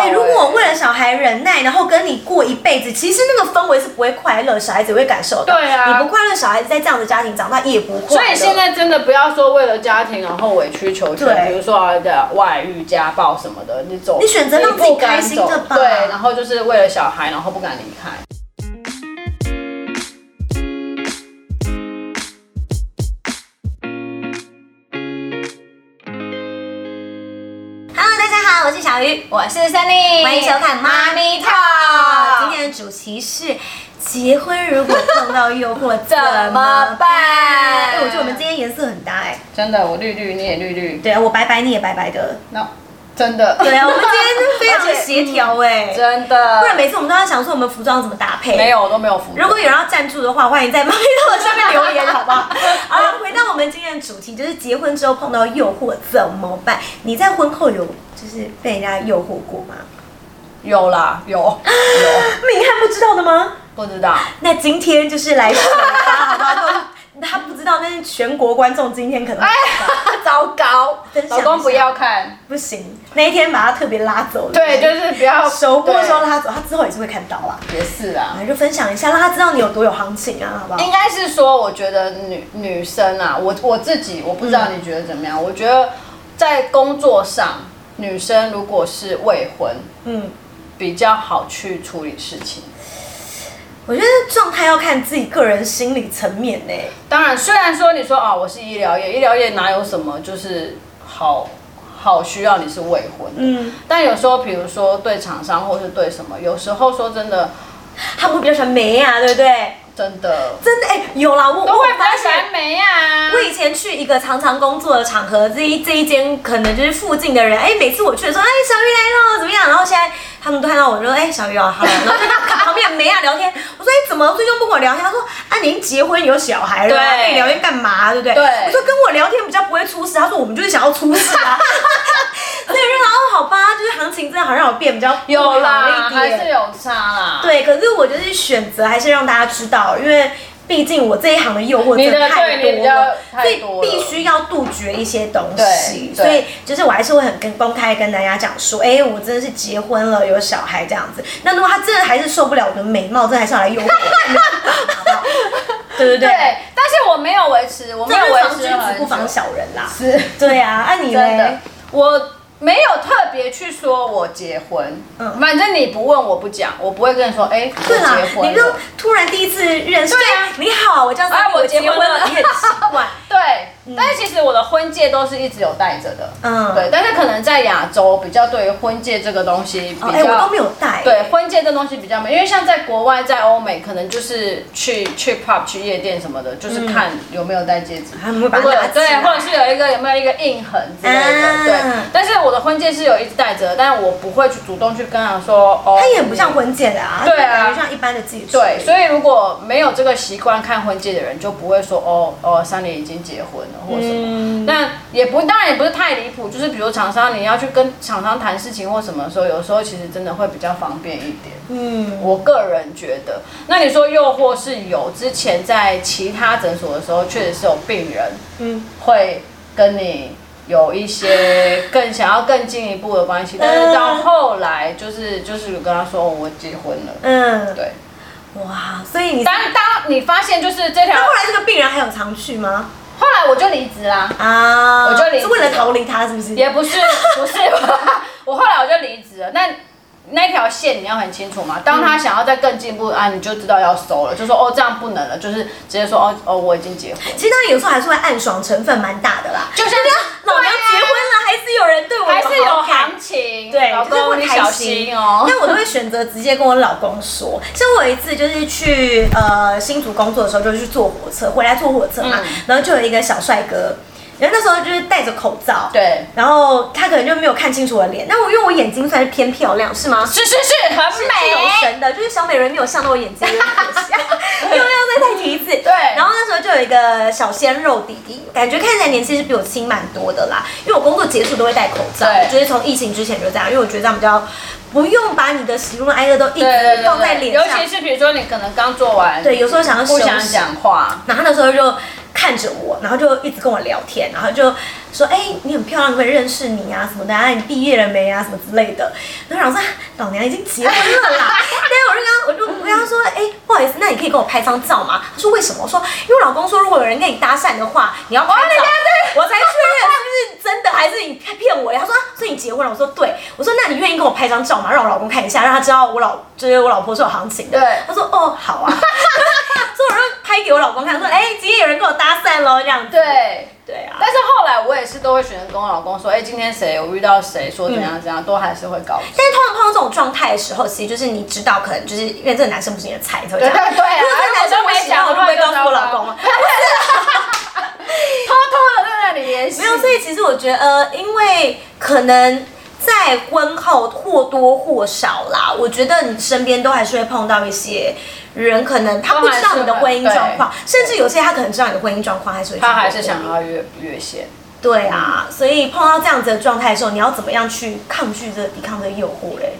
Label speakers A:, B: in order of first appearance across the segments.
A: 哎欸还忍耐，然后跟你过一辈子，其实那个氛围是不会快乐，小孩子会感受到。
B: 对啊
A: 你不快乐，小孩子在这样的家庭长大也不快乐。
B: 所以现在真的不要说为了家庭然后委曲求全，
A: 对
B: 比如说啊的外遇、家暴什么的，你走，
A: 你选择让自己
B: 你不敢
A: 开心的
B: 走
A: 吧
B: 对，然后就是为了小孩，然后不敢离开。
A: Hello，大家好，我是小 鱼，
B: 我是 Sunny，
A: 欢迎收看妈咪
B: 套
A: 啊今天的主题是结婚如果碰到诱惑怎
B: 怎么
A: 么
B: 办
A: 办？哎，我觉得我们今天颜色很搭哎。
B: 真的，我绿绿，你也绿绿，
A: 对啊，我白白你也白白的。
B: 那、真的，
A: 对啊，我们今 天非常的协调哎。
B: 真的，
A: 不然每次我们都在想说我们服装怎么搭配。
B: 没有我都没有服。
A: 如果有人要赞助的话，欢迎在麦当劳下面留言，好不 好？好了，回到我们今天的主题，就是结婚之后碰到诱惑怎么办？你在婚后有就是被人家诱惑 过吗？
B: 有啦， 有有，
A: 敏汉不知道的吗？
B: 不知道。
A: 那今天就是来说吧，好不好？都他不知道，但是全国观众今天可能
B: 糟糕
A: 分，享
B: 老
A: 一下
B: 公不要看，
A: 不行。那一天把他特别拉走了，
B: 对，就是不要
A: 手过的时候
B: 对
A: 拉走，他之后也是会看到啦。
B: 也是啦。
A: 啊，就分享一下，让他知道你有多有行情啊，好不好？
B: 应该是说，我觉得女女生啊，我我自己我不知
A: 嗯
B: 道你觉得怎么样，我觉得在工作上，女生如果是未婚，
A: 嗯，
B: 比较好去处理事情。
A: 我觉得状态要看自己个人心理层面呢、
B: 当然，虽然说你说啊、我是医疗业，医疗业哪有什么就是好好需要你是未婚的，
A: 嗯，
B: 但有时候比如说对厂商或是对什么，有时候说真的，
A: 他们比较喜欢美啊，对不对？
B: 真的
A: 真的哎、有啦，我
B: 都会
A: 我
B: 比
A: 发
B: 较喜
A: 现。
B: 欢美啊。
A: 我以前去一个常常工作的场合，这一这一间可能就是附近的人，哎、每次我去的时候，哎、小鱼来了，怎么样？然后现在他们都看到我说，哎、小鱼啊，好，然后就 跟旁边没啊聊天，我说，哎、怎么最近不跟我聊天？他说，啊，您结婚有小孩了啊，
B: 对
A: 跟你聊天干嘛？对不对？
B: 对
A: 我说跟我聊天比较不会出事，他说 我们就是想要出事啊。对，然后好吧，就是行情真的好像有变比较不好
B: 有
A: 一
B: 啦，
A: 点
B: 还是有差啦。
A: 对，可是我就是选择还是让大家知道，因为毕竟我这一行的诱惑真
B: 你的
A: 太
B: 对你比
A: 多
B: 较
A: 了，
B: 太
A: 所以
B: 多了
A: 必须要杜绝一些东西。
B: 对
A: 所
B: 对
A: 以就是我还是会很跟公开跟大家讲说，哎、我真的是结婚了，有小孩这样子。那如果他真的还是受不了我的美貌，真的还是要来诱惑我，好不好 对不对？
B: 对，但是我没有维持，我没
A: 这
B: 有
A: 就
B: 维
A: 是防
B: 持
A: 君子不
B: 很
A: 防
B: 久。
A: 小人啦。
B: 是
A: 对啊，按、你
B: 真的
A: 嘞，，
B: 我没有特别去说我结婚，
A: 嗯
B: 反正你不问我不讲，我不会跟你说，哎、我
A: 对啦
B: 结，
A: 你
B: 婚
A: 就
B: 了。
A: 突然第一次认识，
B: 对啊
A: 你好，我叫
B: 哎
A: 三，
B: 我
A: 结
B: 结婚
A: 婚
B: 了
A: 你很奇 怪。
B: 对，但是其实我的婚戒都是一直有戴着的，
A: 嗯
B: 对，但是可能在亚洲比较对于婚戒这个东西比
A: 哦哎、我
B: 较
A: 都没有带。
B: 对，婚戒这东西比较美，因为像在国外，在欧美，可能就是去去 pub 去夜店什么的，就是看有没有戴戒指，
A: 他们嗯啊会把它
B: 如果
A: 拿起
B: 对，
A: 来
B: 或者是有一个有没有一个印痕之类的，
A: 啊
B: 对。但是我的婚戒是有一直戴着，但我不会去主动去跟他说哦，
A: 它也不像婚戒的啊，
B: 对啊
A: 感觉像一般的戒指。
B: 对，所以如果没有这个习惯看婚戒的人，就不会说哦哦，三年已经结婚了或什
A: 嗯
B: 么。那、也不当然也不是太离谱，就是比如厂商你要去跟厂商谈事情或什么的时候，有时候其实真的会比较方便一点。
A: 嗯，
B: 我个人觉得，那你说诱惑是有，之前在其他诊所的时候，确实是有病人，
A: 嗯
B: 嗯，会跟你有一些更想要更进一步的关系，
A: 嗯
B: 但是到后来就是就是有跟他说哦我结婚了，
A: 嗯，
B: 对，
A: 哇，所以你
B: 当当你发现就是这条
A: 那，后来这个病人还有常去吗？
B: 后来我就离职啦，
A: 啊，
B: 我就离职
A: 是为了逃离他，是不是？
B: 也不 是不是， 我后来我就离职了，那。那条线你要很清楚嘛，当他想要再更进一步啊，你就知道要收了，就说哦这样不能了，就是直接说哦哦我已经结婚了。
A: 其实当然有时候还是会暗爽成分蛮大的啦，
B: 就像
A: 老娘结婚了，还是有人对我
B: 还是有
A: 好感
B: 行情，
A: 对，
B: 老
A: 就是
B: 公
A: 会
B: 你
A: 开
B: 小心哦。
A: 但我都会选择直接跟我老公说。像我有一次就是去呃新竹工作的时候，就是去坐火车，回来坐火车嘛，
B: 嗯
A: 然后就有一个小帅哥，然后那时候就是戴着口罩，，
B: 对，
A: 然后他可能就没有看清楚我的脸，但我因为我眼睛算是偏漂亮，是吗？
B: 是是是，很
A: 是有
B: 美。
A: 神的， 就是小美人没有像到我眼睛，有点可惜啊， 又要再再提一次。
B: 对
A: 然后那时候就有一个小鲜肉弟弟，感觉看起来年纪是比我轻蛮多的啦，因为我工作结束都会戴口罩，
B: 对
A: 就是从疫情之前就这样，因为我觉得这样比较不用把你的喜怒哀乐都一直放在脸
B: 尤
A: 上。
B: 其是比如说你可能刚做完，
A: 对，，有时候想要休
B: 不
A: 息
B: 想讲话，
A: 然后那时候就看着我，然后就一直跟我聊天，然后就哎说：“哎、你很漂亮，可不可以认识你啊？什么的啊，你毕业了没啊？什么之类的。”然后我想说，老娘已经结婚了啦。但是我就跟他，我就我跟他说，哎、不好意思，那你可以跟我拍张照吗？他说为什么？我说因为我老公说，如果有人跟你搭讪的话，你要拍照，我才确认是不是真的，还是你骗我呀？他说啊，所以你结婚了？我说对，我说那你愿意跟我拍张照吗？让我老公看一下，让他知道我老就是我老婆是有行情的。
B: 对
A: 他说哦，好啊。所以我就拍给我老公看，说哎、今天有人跟我搭讪喽，这样子。
B: 对。
A: 对啊。
B: 但是后来我也是都会选择跟我老公说，哎、今天谁我遇到谁，说怎样怎样，都还是会告诉。
A: 但是通常碰到这种状态的时候，其实就是你知道，可能就是因为这个男生不是你的菜，才会这
B: 对
A: 样。
B: 对对 啊，
A: 如果这个男生
B: 我
A: 我
B: 没
A: 喜欢，
B: 讲，
A: 我就不会告诉我老公
B: 了
A: 了。，
B: 偷偷的在那里联系。
A: 没有，所以其实我觉得，呃，因为可能在婚后或多或少啦，我觉得你身边都还是会碰到一些人，可能他不知道你的婚姻状况，甚至有些他可能知道你的婚姻状况，还是会去
B: 他还是
A: 过
B: 想
A: 问
B: 要越越线。
A: 对啊，所以碰到这样子的状态的时候，你要怎么样去抗拒这个抵抗这个诱惑嘞？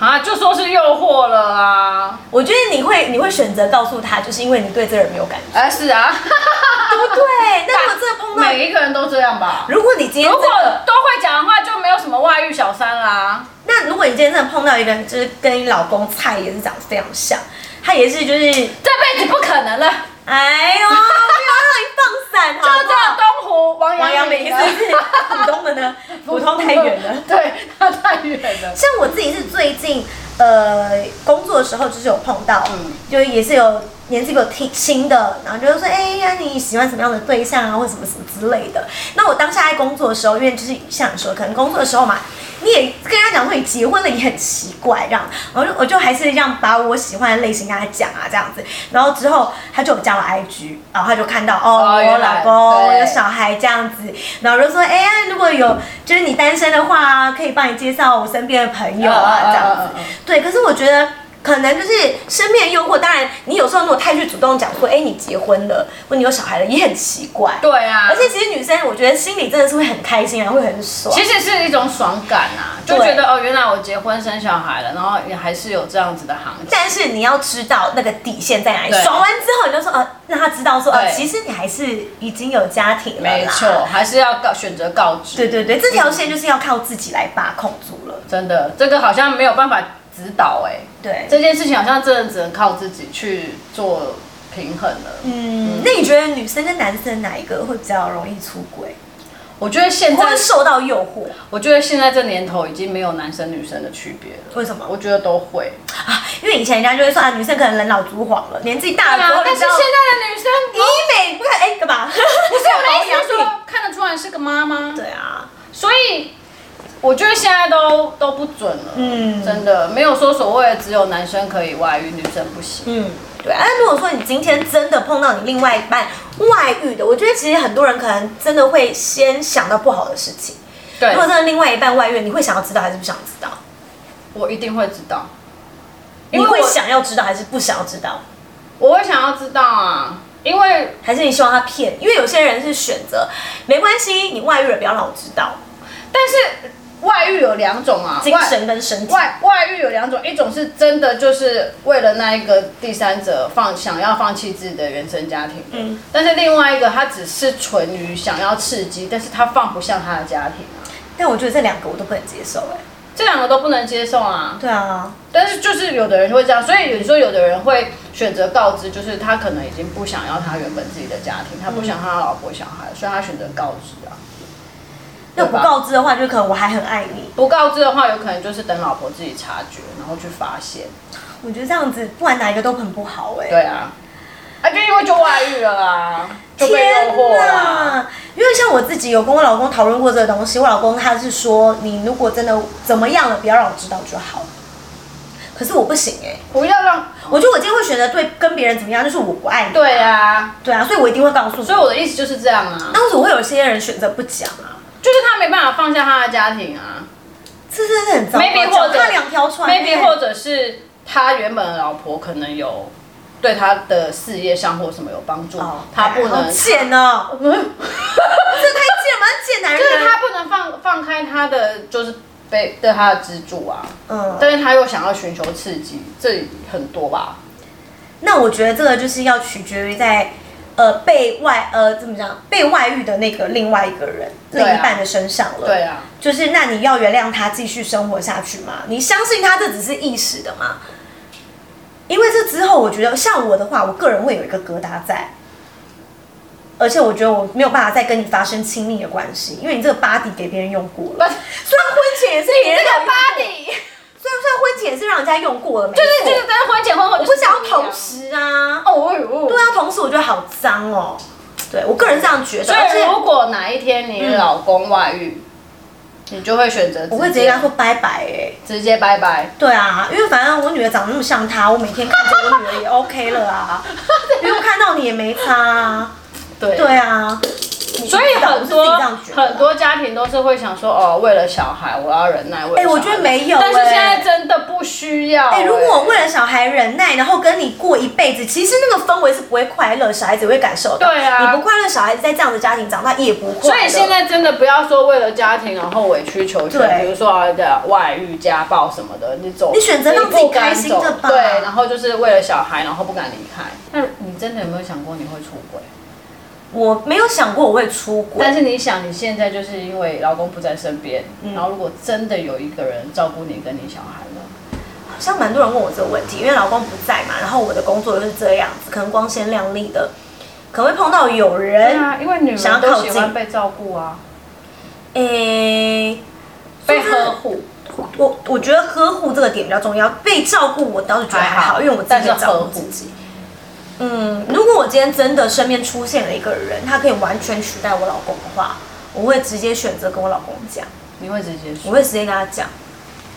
B: 啊，就说是诱惑了啊！
A: 我觉得你会你会选择告诉他，就是因为你对这个人没有 感觉，
B: 哎、是啊，
A: 对不对？那如果真的碰到，
B: 每一个人都这样吧。
A: 如果你今天
B: 如
A: 真
B: 果
A: 的
B: 都会讲的话，就没有什么外遇小三啊啦。
A: 那如果你今天真的碰到一个，就是跟你老公菜也是长得非常像，他也是就是，
B: 这辈子不可能了，
A: 哎呦，不要让你放闪，
B: 就
A: 好不
B: 这样。
A: 好？
B: 东湖
A: 王
B: 王阳
A: 阳
B: 明
A: 明
B: 的
A: 是不是浦东的呢？浦东太远了。，
B: 对他太远了。
A: 像我自己是最近呃工作的时候，就是有碰到，
B: 嗯
A: 就也是有年纪比我挺轻的，然后就是说，哎、呀，你喜欢什么样的对象啊，或什么什么之类的。那我当下在工作的时候，因为就是像你说，可能工作的时候嘛，你也跟他讲说哎你结婚了，也很奇怪这样，然后就我就还是这样把我喜欢的类型跟他讲啊这样子，然后之后他就有加我 IG，然后他就看到哦，
B: 哦
A: 我
B: 原
A: 老
B: 来
A: 公
B: 对
A: 有小孩这样子，然后就说，哎、呀，如果有就是你单身的话，可以帮你介绍我身边的朋友。有啊，这样
B: 嗯嗯嗯嗯
A: 子。对，可是我觉得可能就是身边的诱惑，当然你有时候如果太去主动讲说，哎、你结婚了，或你有小孩了，也很奇怪。
B: 对啊，
A: 而且其实女生，我觉得心里真的是会很开心啊，会很爽。
B: 其实是一种爽感啊，就
A: 对
B: 觉得哦，原来我结婚生小孩了，然后也还是有这样子的行情。
A: 但是你要知道那个底线在哪里。
B: 对
A: 爽完之后，你就说，呃，让他知道说，呃，
B: 对
A: 其实你还是已经有家庭了啦。
B: 没错，。还是要告选择告知。
A: 对对对，这条线就是要靠自己来把控住了。
B: 真的，这个好像没有办法指导哎、
A: 对，
B: 这件事情好像真的只能靠自己去做平衡了。
A: 嗯，那你觉得女生跟男生哪一个会比较容易出轨，
B: 我觉得现
A: 或
B: 在
A: 者，受到诱惑？
B: 我觉得现在这年头已经没有男生女生的区别了。
A: 为什么
B: 我觉得都会。
A: 啊，因为以前人家就会说啊，女生可能人老珠黄了，年纪大了之后，
B: 啊但
A: 你
B: 是
A: 知
B: 现在
A: 道
B: 的女生，
A: 医美不看哎干嘛？
B: 不
A: 不
B: 是我的意 思是说，看得出来是个妈妈。
A: 对啊，
B: 所以我觉得现在都都不准了，
A: 嗯
B: 真的没有说所谓的只有男生可以外遇，女生不行。
A: 嗯，对啊。那如果说你今天真的碰到你另外一半外遇的，我觉得其实很多人可能真的会先想到不好的事情。
B: 对
A: 如果真的另外一半外遇，你会想要知道还是不想知道？
B: 我一定会知道，因
A: 你
B: 为我
A: 会想要知道还是不想要知道？
B: 我会想要知道啊，因为
A: 还是你希望他骗？因为有些人是选择没关系，你外遇了不要让我知道，
B: 但是外遇有两种啊，
A: 精神跟身体。
B: 外外外遇有两种，一种是真的就是为了那一个第三者放想要放弃自己的原生家庭的，
A: 嗯
B: 但是另外一个他只是存于想要刺激，但是他放不下他的家庭啊，
A: 但我觉得这两个我都不能接受哎、
B: 这两个都不能接受啊。
A: 对啊，
B: 但是就是有的人会这样，所以你说有的人会选择告知，就是他可能已经不想要他原本自己的家庭，他不想他老婆小孩，所以他选择告知啊。
A: 那
B: 对
A: 不
B: 吧
A: 告知的话，就可能我还很爱你。
B: 不告知的话，有可能就是等老婆自己察觉，然后去发现。
A: 我觉得这样子，不管哪一个都很不好哎、
B: 对啊，啊就因为就外遇了啊，就被诱
A: 天
B: 惑啊啦。
A: 呐！因为像我自己有跟我老公讨论过这个东西，我老公他是说，你如果真的怎么样了，不要让我知道就好。可是我不行哎、
B: 不要让
A: 我觉得我今天会选择对跟别人怎么样，就是我不爱你。
B: 对啊，
A: 对啊，所以我一定会告诉你。
B: 所以我的意思就是这样啊，
A: 那为什么会有些人选择不讲啊？
B: 就是他没办法放下他的家庭啊
A: 这真的很糟糕，脚
B: ，maybe 或者
A: 踏哦两条船欸、
B: maybe 或者是他原本的老婆可能有对他的事业上或什么有帮助，
A: 哦
B: 他不
A: 好
B: 能，
A: 贱哦，这太贱了，贱男人。
B: 就是他不能放放开他的就是被对他的支柱啊，
A: 嗯
B: 但是他又想要寻求刺激，这很多吧？
A: 那我觉得这个就是要取决于在呃被外呃怎么讲被外遇的那个另外一个人、
B: 对啊
A: 另一半的身上了。
B: 对啊，
A: 就是那你要原谅他继续生活下去吗？你相信他这只是一时的吗？因为这之后，我觉得像我的话，我个人会有一个疙瘩在，而且我觉得我没有办法再跟你发生亲密的关系，因为你这个八底给别人用过 了，虽然婚前也是别
B: 这
A: 人
B: 个
A: 用过，
B: 巴黎，
A: 虽然虽然婚前也是让人家用过了，没
B: 就是
A: 错
B: 就是跟婚前婚后，
A: 我不想要同时啊，
B: 哦哟，
A: 对啊，同时我觉得好脏哦，对我个人这样觉得，
B: 所
A: 而且
B: 以如果哪一天你老公外遇，你就会选择
A: 我会直接跟他说拜拜哎、
B: 直接拜拜。
A: 对啊，因为反正我女儿长得那么像她，我每天看着我女儿也 OK 了 啊，不用看到你也没差啊。
B: 对
A: 对啊，
B: 所以很多
A: 我是自己这样觉得啊
B: 很多家庭都是会想说，哦，为了小孩我要忍耐。哎
A: 哎我觉得没有
B: 但是
A: 哎
B: 现在真的不需要。欸
A: 哎、如果我为了小孩忍耐，然后跟你过一辈子，其实那个氛围是不会快乐，小孩子也会感受到。
B: 对啊
A: 你不快乐，小孩子在这样的家庭长大也不快乐。
B: 所以现在真的不要说为了家庭然后委曲求全，
A: 对
B: 比如说啊的外遇、家暴什么的，你走
A: 你选择让自己
B: 你不敢
A: 开心的吧
B: 走对，然后就是为了小孩，然后不敢离开。那你真的有没有想过你会出轨？
A: 我没有想过我会出国，
B: 但是你想，你现在就是因为老公不在身边，然后如果真的有一个人照顾你跟你小孩呢？
A: 好像蛮多人问我这个问题，因为老公不在嘛，然后我的工作又是这样子，可能光鲜亮丽的，可能会碰到有
B: 对
A: 人，
B: 啊，因为女
A: 哎想要
B: 人都
A: 靠
B: 喜
A: 近
B: 欢被照顾啊，
A: 诶、
B: 被
A: 就是
B: 呵护。
A: 我我觉得呵护这个点比较重要，被照顾我倒是觉得还
B: 还
A: 好，
B: 好
A: 因为我自己会照顾自
B: 但是
A: 己。嗯，如果我今天真的身边出现了一个人，他可以完全取代我老公的话，我会直接选择跟我老公讲，
B: 你会直接
A: 我
B: 说？
A: 会直接跟他讲。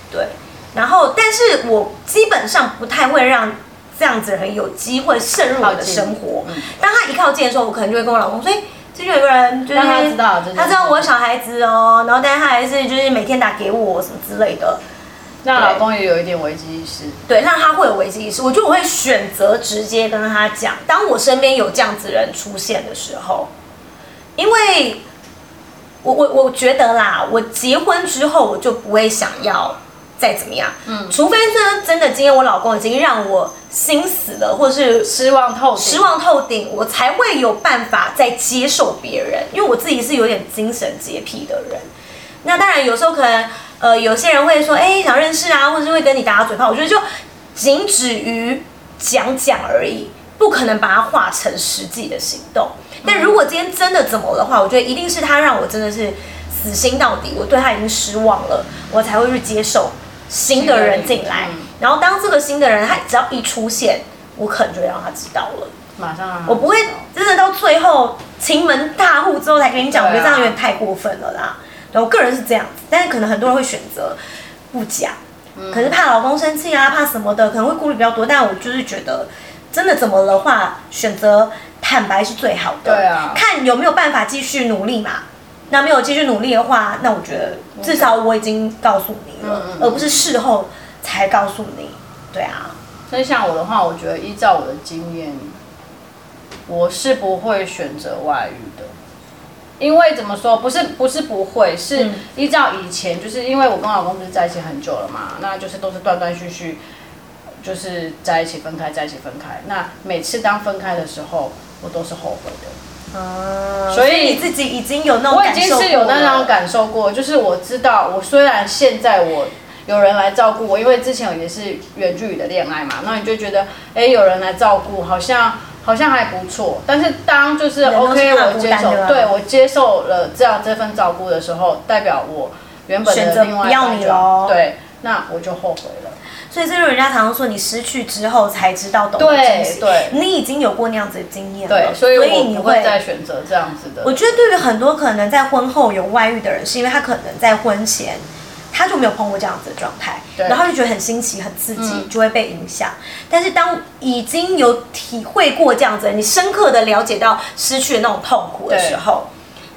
A: 对，然后但是我基本上不太会让这样子的人有机会渗入我
B: 靠
A: 的
B: 近
A: 生活。
B: 嗯
A: 当他一靠近的时候，我可能就会跟我老公说：“哎、这就有一个人，就是
B: 让他知道这件事
A: 哎他知道我有小孩子哦，然后但是他还是就是每天打给我什么之类的。”
B: 让老公也有一点危机意识。
A: 对，让他会有危机意识。我觉得我会选择直接跟他讲，当我身边有这样子人出现的时候，因为我我我觉得啦，我结婚之后我就不会想要再怎么样，嗯，除非呢真的今天我老公已经让我心死了，或是
B: 失望透顶，
A: 失望透顶，我才会有办法再接受别人，因为我自己是有点精神洁癖的人。那当然，有时候可能呃，有些人会说，哎、想认识啊，或者是会跟你打打嘴炮。我觉得就仅止于讲讲而已，不可能把它化成实际的行动。但如果今天真的怎么的话，我觉得一定是他让我真的是死心到底，我对他已经失望了，我才会去接受新的人进来。
B: 嗯
A: 然后当这个新的人他只要一出现，我可能就会让他知道了。
B: 马上啊！
A: 我不会真的到最后秦门大户之后才跟你讲，我觉
B: 对啊
A: 得这样有点太过分了啦。对我个人是这样子，但是可能很多人会选择不讲，
B: 嗯
A: 可是怕老公生气啊，怕什么的，可能会顾虑比较多。但我就是觉得，真的怎么的话，选择坦白是最好的。
B: 对啊
A: 看有没有办法继续努力嘛。那没有继续努力的话，那我觉得至少我已经告诉你了，
B: 嗯嗯嗯
A: 而不是事后才告诉你。对啊，
B: 所以像我的话，我觉得依照我的经验，我是不会选择外遇的，因为怎么说，不是不是不会，是
A: 嗯
B: 依照以前，就是因为我跟老公不是在一起很久了嘛，那就是都是断断续续，就是在一起分开，在一起分开。那每次当分开的时候，我都是后悔的。
A: 嗯，
B: 所以
A: 你自己已经有那种
B: 我已
A: 感受
B: 经是有
A: 过
B: 那
A: 了
B: 种感受过，就是我知道，我虽然现在我有人来照顾我，因为之前也是远距离的恋爱嘛，那你就觉得，哎、有人来照顾，好像好像还不错。但是当就是
A: 人都是
B: OK，
A: 怕
B: 我
A: 孤
B: 接
A: 单
B: 受
A: 的，啊
B: 对我接受了这样这份照顾的时候，代表我原本
A: 选
B: 的
A: 择
B: 另外
A: 不
B: 一
A: 要
B: 半
A: 你
B: 就
A: 咯
B: 对，那我就后悔了。
A: 所以这就是人家常常说，你失去之后才知道懂得
B: 对
A: 珍惜。
B: 对
A: 你已经有过那样子的经验了，
B: 对，所以
A: 你
B: 我不会再
A: 会。
B: 选择这样子的。
A: 我觉得对于很多可能在婚后有外遇的人，是因为他可能在婚前他就没有碰过这样子的状态，
B: 对
A: 然后他就觉得很新奇、很刺激，
B: 嗯
A: 就会被影响。但是当已经有体会过这样子，你深刻的了解到失去的那种痛苦的
B: 对
A: 时候，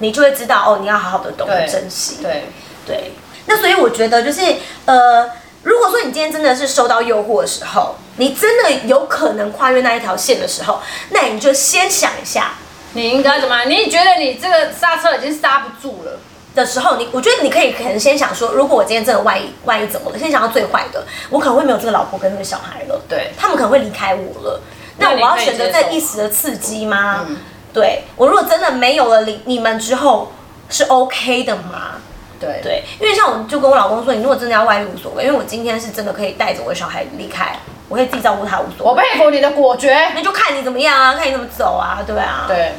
A: 你就会知道哦，你要好好的懂得
B: 对
A: 珍惜。
B: 对，
A: 对，那所以我觉得就是呃，如果说你今天真的是受到诱惑的时候，你真的有可能跨越那一条线的时候，那你就先想一下
B: 你应该怎么样？你觉得你这个刹车已经刹不住了。
A: 的时候，你我觉得你可以可能先想说，如果我今天真的万一万一怎么了，先想到最坏的，我可能会没有这个老婆跟这个小孩了，
B: 对
A: 他们可能会离开我了。那
B: 那
A: 我
B: 你
A: 要
B: 可以
A: 选择
B: 接
A: 这
B: 受嗯
A: 一时的刺激吗？对我如果真的没有了你你们之后是 OK 的吗？
B: 对
A: 对，因为像我就跟我老公说，你如果真的要外遇无所谓，因为我今天是真的可以带着我的小孩离开，我可以自己照顾他无所
B: 我
A: 谓。
B: 佩服你的果决。
A: 那就看你怎么样啊，看你怎么走啊，对啊。，
B: 对，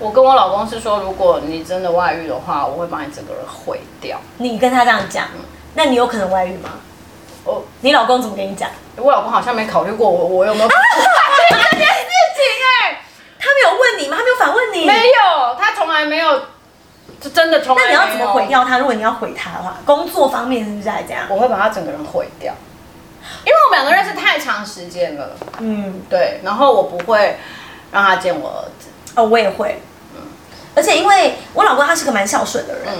B: 我跟我老公是说，如果你真的外遇的话，我会把你整个人毁掉。
A: 你跟他这样讲，那你有可能外遇吗？
B: 我
A: 你老公怎么跟你讲？
B: 哦我老公好像没考虑过我，我有 没有这件事情、哎，
A: 他没有问你吗？他没有反问你？
B: 没有，他从来没有，就真的从来
A: 那
B: 没
A: 你
B: 有。
A: 要怎么毁？掉他？如果你要毁他的话，工作方面是不是还这样？
B: 我会把他整个人毁掉，因为我们两个认识太长时间了。
A: 嗯，
B: 对，然后我不会让他见我儿子。
A: 哦，我也会。而且因为我老公他是个蛮孝顺的人，
B: 嗯，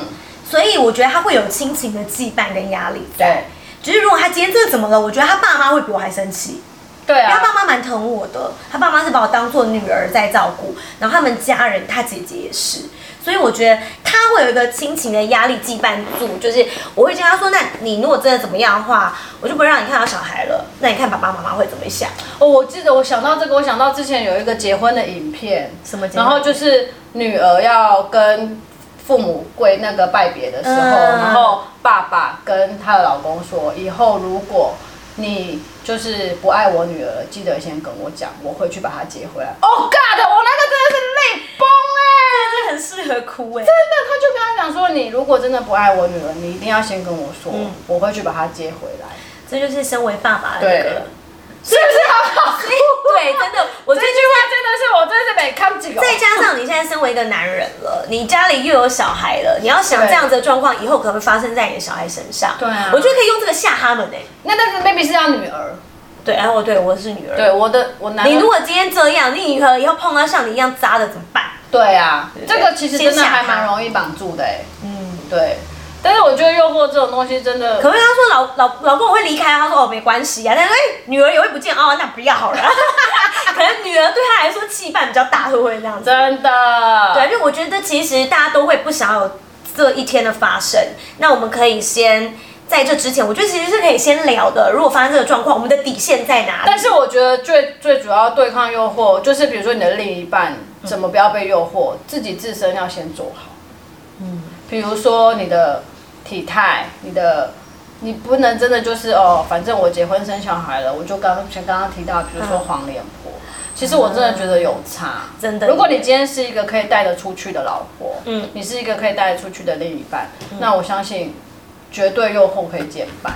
A: 所以我觉得他会有亲情的羁绊跟压力在。
B: 对，
A: 只是如果他今天真的怎么了，我觉得他爸妈会比我还生气。
B: 对
A: 因为他
B: 啊，
A: 爸妈蛮疼我的，他爸妈是把我当做女儿在照顾，然后他们家人，他姐姐也是，所以我觉得他会有一个亲情的压力羁绊住，就是我会跟他说，那你如果真的怎么样的话，我就不会让你看到小孩了，那你看爸爸妈妈会怎么想？
B: 哦，我记得我想到这个，我想到之前有一个结婚的影片，
A: 什么结婚
B: 然后就是女儿要跟父母跪那个拜别的时候，
A: 嗯
B: 然后爸爸跟她的老公说，以后如果你就是不爱我女儿，记得先跟我讲，我会去把她接回来。哦、God，我那个真的是泪崩哎、
A: 这 很适合哭哎、
B: 真的，他就跟他讲说，你如果真的不爱我女儿，你一定要先跟我说，
A: 嗯
B: 我会去把她接回来，
A: 这就是身为爸爸的那
B: 对
A: 个，
B: 是不是 很好哭？
A: 对，真的，我
B: 这
A: 最
B: 句
A: 近
B: 话真的是我真的是没看几个。
A: 再加上你现在身为一个男人了，你家里又有小孩了，你要想这样子的状况以后可能会发生在你的小孩身上，
B: 对啊
A: 我觉得可以用这个吓他们哎、
B: 那但是 maybe 是他女儿，
A: 对，然后我对我是女儿。
B: 对我的我男儿
A: 你如果今天这样，你以后以后碰到像你一样渣的怎么办？
B: 对啊，
A: 对
B: 这个其实真的
A: 先吓
B: 还
A: 他
B: 蛮容易绑住的哎、
A: 嗯，
B: 对，但是我觉得诱惑这种东西真的
A: 可是他说老老老公我会离开啊，他说哦没关系啊，但是哎、女儿也会不见哦，那不要好了。 可能女儿对他来说羁绊比较大，会不会这样子？
B: 真的
A: 对，因为我觉得其实大家都会不想要有这一天的发生，那我们可以先在这之前，我觉得其实是可以先聊的。如果发生这个状况，我们的底线在哪里？
B: 但是我觉得最最主要对抗诱惑，就是比如说你的另一半怎么不要被诱惑，自己自身要先做好。嗯，比如说你的体态，你的你不能真的就是哦，反正我结婚生小孩了，我就刚像刚刚提到，比如说黄脸婆。其实我真的觉嗯得有差，
A: 真的
B: 如果你今天是一个可以带得出去的老婆，嗯
A: 嗯，
B: 你是一个可以带得出去的另一半，那我相信绝对诱惑可以减半。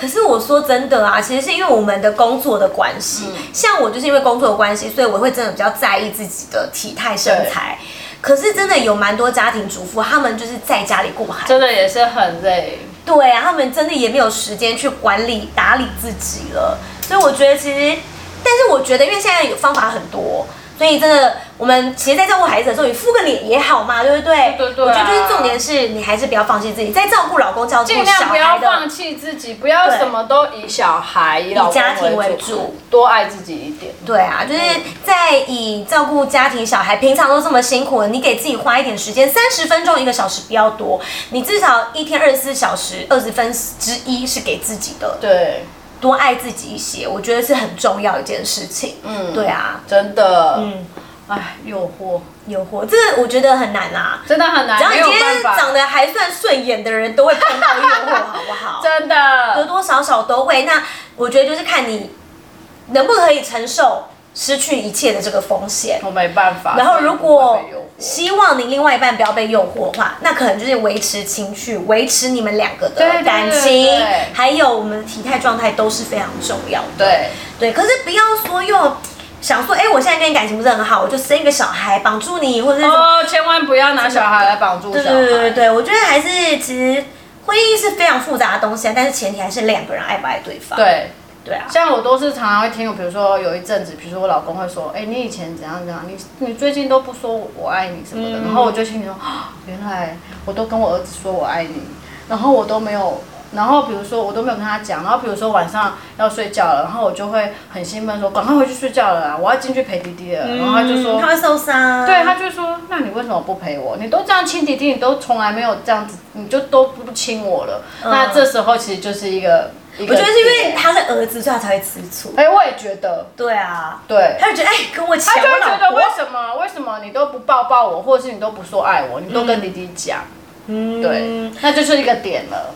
A: 可是我说真的啊，其实是因为我们的工作的关系，
B: 嗯
A: 像我就是因为工作的关系，所以我会真的比较在意自己的体态身材。可是真的有蛮多家庭主妇，他们就是在家里过海，
B: 真的也是很累，
A: 对啊，他们真的也没有时间去管理打理自己了。所以我觉得其实，但是我觉得因为现在有方法很多。所以真的，我们其实，在照顾孩子的时候，你敷个脸也好嘛，对不对？
B: 对对啊
A: 我觉得就是重点是你还是不要放弃自己，在照顾老公、照顾小
B: 尽量不要
A: 孩的
B: 放弃自己，不要
A: 对
B: 什么都以小孩、以老
A: 以家庭
B: 公
A: 为
B: 主
A: 主，
B: 多爱自己一点。
A: 对啊，就是在以照顾家庭、小孩，平常都这么辛苦了，你给自己花一点时间，三十分钟、一个小时不要多，你至少一天二十四小时，二十分之一是给自己的，
B: 对，
A: 多爱自己一些，我觉得是很重要一件事情。
B: 嗯
A: 嗯，对啊，
B: 真的，
A: 嗯，
B: 哎，诱惑
A: 诱惑这个我觉得很难啊，
B: 真的很
A: 只要
B: 难，没
A: 你
B: 有
A: 今天
B: 办
A: 长
B: 法，
A: 得还算顺眼的人，都会碰到诱 惑，好不好？
B: 真
A: 多
B: 的，
A: 多少少都会。那我觉得就是看你能不能可以承受失去一切的这个风险。
B: 我没办法。
A: 然后如果
B: 真的不会被诱惑
A: 希望你另外一半不要被诱惑的话，那可能就是维持情绪，维持你们两个
B: 对对
A: 的感
B: 对
A: 情
B: 对，
A: 还有我们的体态状态都是非常重要的。
B: 对，
A: 对，可是不要说又想说，哎、我现在跟你感情不是很好，我就生一个小孩绑住你，或者是什么
B: 哦，千万不要拿小孩来绑住
A: 对
B: 小
A: 对对对
B: 孩。
A: 对，我觉得还是其实婚姻是非常复杂的东西啊，但是前提还是两个人爱不爱对方。
B: 对，
A: 对啊，
B: 像我都是常常会听，比如说有一阵子，比如说我老公会说，哎、你以前怎样怎样，你你最近都不说我我爱你什么
A: 嗯
B: 的，然后我就心里说，啊原来我都跟我儿子说我爱你，然后我都没有，然后比如说我都没有跟他讲，然后比如说晚上要睡觉了，然后我就会很兴奋说，赶快回去睡觉了啦，我要进去陪弟弟了，然后他就说
A: 嗯，他会受伤。
B: 对，他就说：“那你为什么不陪我？你都这样亲弟弟，你都从来没有这样子，你就都不亲我了。那这时候其实就是一个，我
A: 嗯我觉得是因为他是儿子，所以他才会吃醋。
B: 哎、我也觉得，
A: 对啊，
B: 对，
A: 他就觉得哎、跟我抢
B: 他就
A: 我
B: 会觉
A: 老
B: 得
A: 婆
B: 为，什么为什么你都不抱抱我，或者是你都不说爱我，你都跟弟弟讲，
A: 嗯
B: 对，那就是一个点了。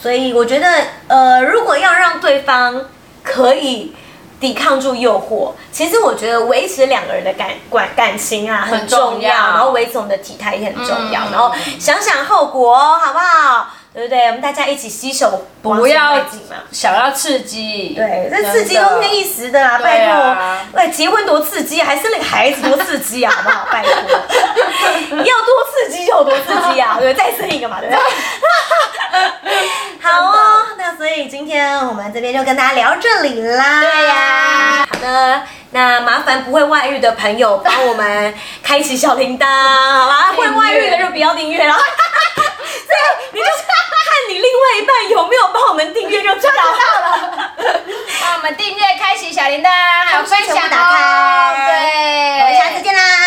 A: 所以我觉得，呃，如果要让对方可以抵抗住诱惑，其实我觉得维持两个人的感感感情啊很
B: 很重要
A: 重要，然后维持我们的体态也很重要，
B: 嗯
A: 然后想想后果好不好？对不对？我们大家一起携手往
B: 不
A: 前迈
B: 要
A: 进嘛。
B: 想要刺激，
A: 对，
B: 真
A: 这
B: 的
A: 刺激都是一时的啦，
B: 对
A: 拜托
B: 啊。
A: 喂、结婚多刺激啊，还生了个孩子多刺激啊，好不 好？拜托，要多刺激就有多刺 激啊，对，再生一个嘛，对不对？好哦，那所以今天我们这边就跟大家聊这里啦。
B: 对呀
A: 好的，那麻烦不会外遇的朋友帮我们开启小铃铛，好吧？会外遇的就不要订 阅了。所以你就看你另外一半有没有帮我们订阅就知道了。
B: 帮我们订阅、开启小铃铛，还有分享
A: 全部
B: 哦。
A: 打开
B: 对，
A: 我们下次见啦，